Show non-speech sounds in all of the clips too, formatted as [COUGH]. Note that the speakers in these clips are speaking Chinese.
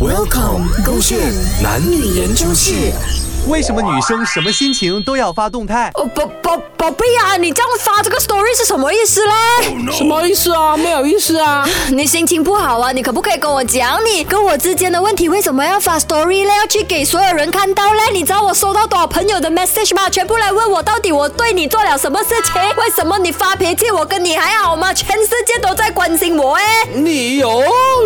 Welcome，勾线男女研究室。为什么女生什么心情都要发动态？哦，宝宝宝贝啊，你这样发这个 story 是什么意思嘞？什么意思啊？没有意思啊！你心情不好啊，你可不可以跟我讲你跟我之间的问题为什么要发 story 嘞？要去给所有人看到嘞？你知道我收到多少朋友的 message 吗？全部来问我到底我对你做了什么事情？为什么你发脾气？我跟你还好吗？全世界都在关心我哎！ [LAUGHS] 你有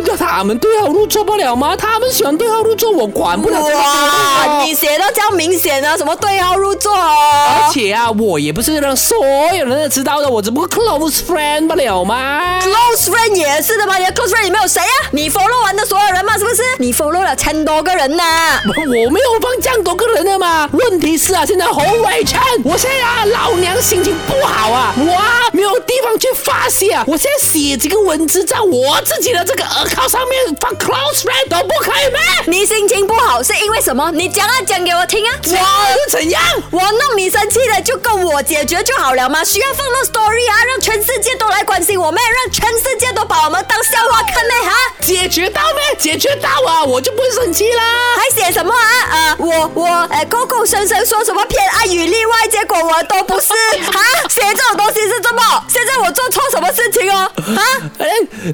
跟他们对号入座不了吗？他们喜欢对号入座，我管不了这个对号哇，入座你写到这样明显啊，什么对号入座哦？而且啊，我也不是让所有人都知道的，我只不过 close friend 不了吗？ close friend 也是的嘛，你的 close friend 里面有谁啊？你 follow 完的所有人嘛，是不是？你 follow 了千多个人呐、我没有帮这样多个人的嘛。问题是啊，现在侯伟琛，我现在啊老娘心情不好啊，我啊没有地方去发泄啊。我现在写这个文字在我自己的这个额靠上面放 close friend 都不可以吗？你心情不好是因为什么？你讲啊讲给我听啊！我又怎样？我弄你生气了就跟我解决就好了嘛，需要放到 story 啊，让全世界都来关心我们，让全世界都把我们当笑话看嘞哈！解决到没？解决到啊，我就不会生气啦。还写什么啊？呃，我我呃，口口声声说什么偏爱与例外，结果我都不是啊！写这种东西是这么？现在我做错什么事情哦？啊？哎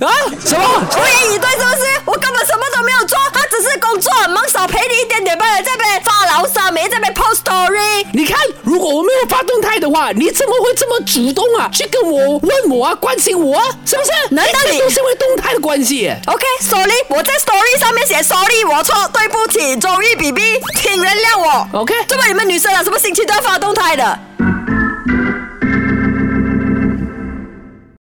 啊，什么？无言以对是不是？我根本什么都没有做，他只是工作很忙，少陪你一点点罢了。这边发牢骚，没这边 post story。你看，如果我没有发动态的话，你怎么会这么主动啊？去跟我问我啊，关心我啊，是不是？难道你一切都是因为动态的关系？ OK，sorry，、我在 story 上面写 sorry，我错，对不起，周玉 B B，请原谅我。 OK 这么你们女生啊，什么心情都要发动态的？